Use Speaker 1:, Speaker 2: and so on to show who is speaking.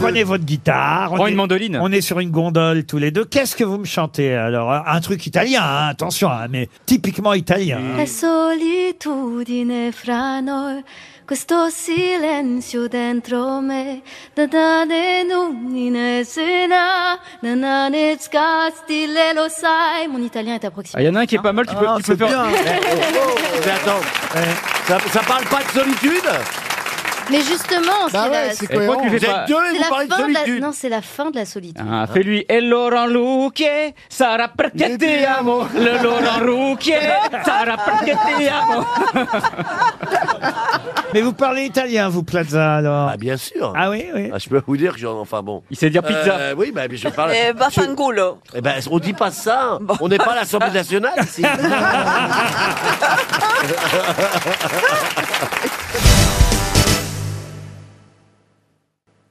Speaker 1: prenez votre guitare.
Speaker 2: Prends
Speaker 1: est-
Speaker 2: une mandoline.
Speaker 1: On est sur une gondole tous les deux. Qu'est-ce que vous me chantez alors Un truc italien, hein, attention, hein, mais typiquement italien.
Speaker 2: Mm.
Speaker 1: hein.
Speaker 3: La solitudine fra noi, questo silenzio dentro me, da da ne non ne se na, na na ne scasti le lo sai. Mon italien est approximatif. hein.
Speaker 2: Ah, y en a un qui est pas mal, tu peux,
Speaker 4: Ah,
Speaker 2: tu peux
Speaker 4: c'est
Speaker 2: faire. Eh,
Speaker 4: bien. Mais attends, ça, ça parle pas de solitude
Speaker 3: Mais justement,
Speaker 2: Bah
Speaker 3: c'est la, c'est
Speaker 2: Et pourquoi tu fais
Speaker 4: Vous
Speaker 2: pas-
Speaker 4: êtes deux et vous
Speaker 3: la
Speaker 4: parlez de
Speaker 3: fin de la,
Speaker 4: solitude
Speaker 3: non, c'est la fin de la solitude.
Speaker 2: Ah, fais-lui Et Laurent Rouquier, Sarah perché ti amo. Le Laurent Rouquier, Sarah perché ti amo.
Speaker 1: Mais vous parlez italien, vous, Plaza, alors
Speaker 4: Ah bien sûr
Speaker 1: Ah oui, oui.
Speaker 4: Ah, Je peux vous dire que j'en... Enfin bon...
Speaker 2: Il sait dire pizza.
Speaker 4: Euh, oui, mais je parle...
Speaker 5: Eh,
Speaker 3: bah,
Speaker 4: Je-
Speaker 5: Bafangulo.
Speaker 4: Eh ben, on dit pas ça On n'est pas à l'Assemblée nationale ici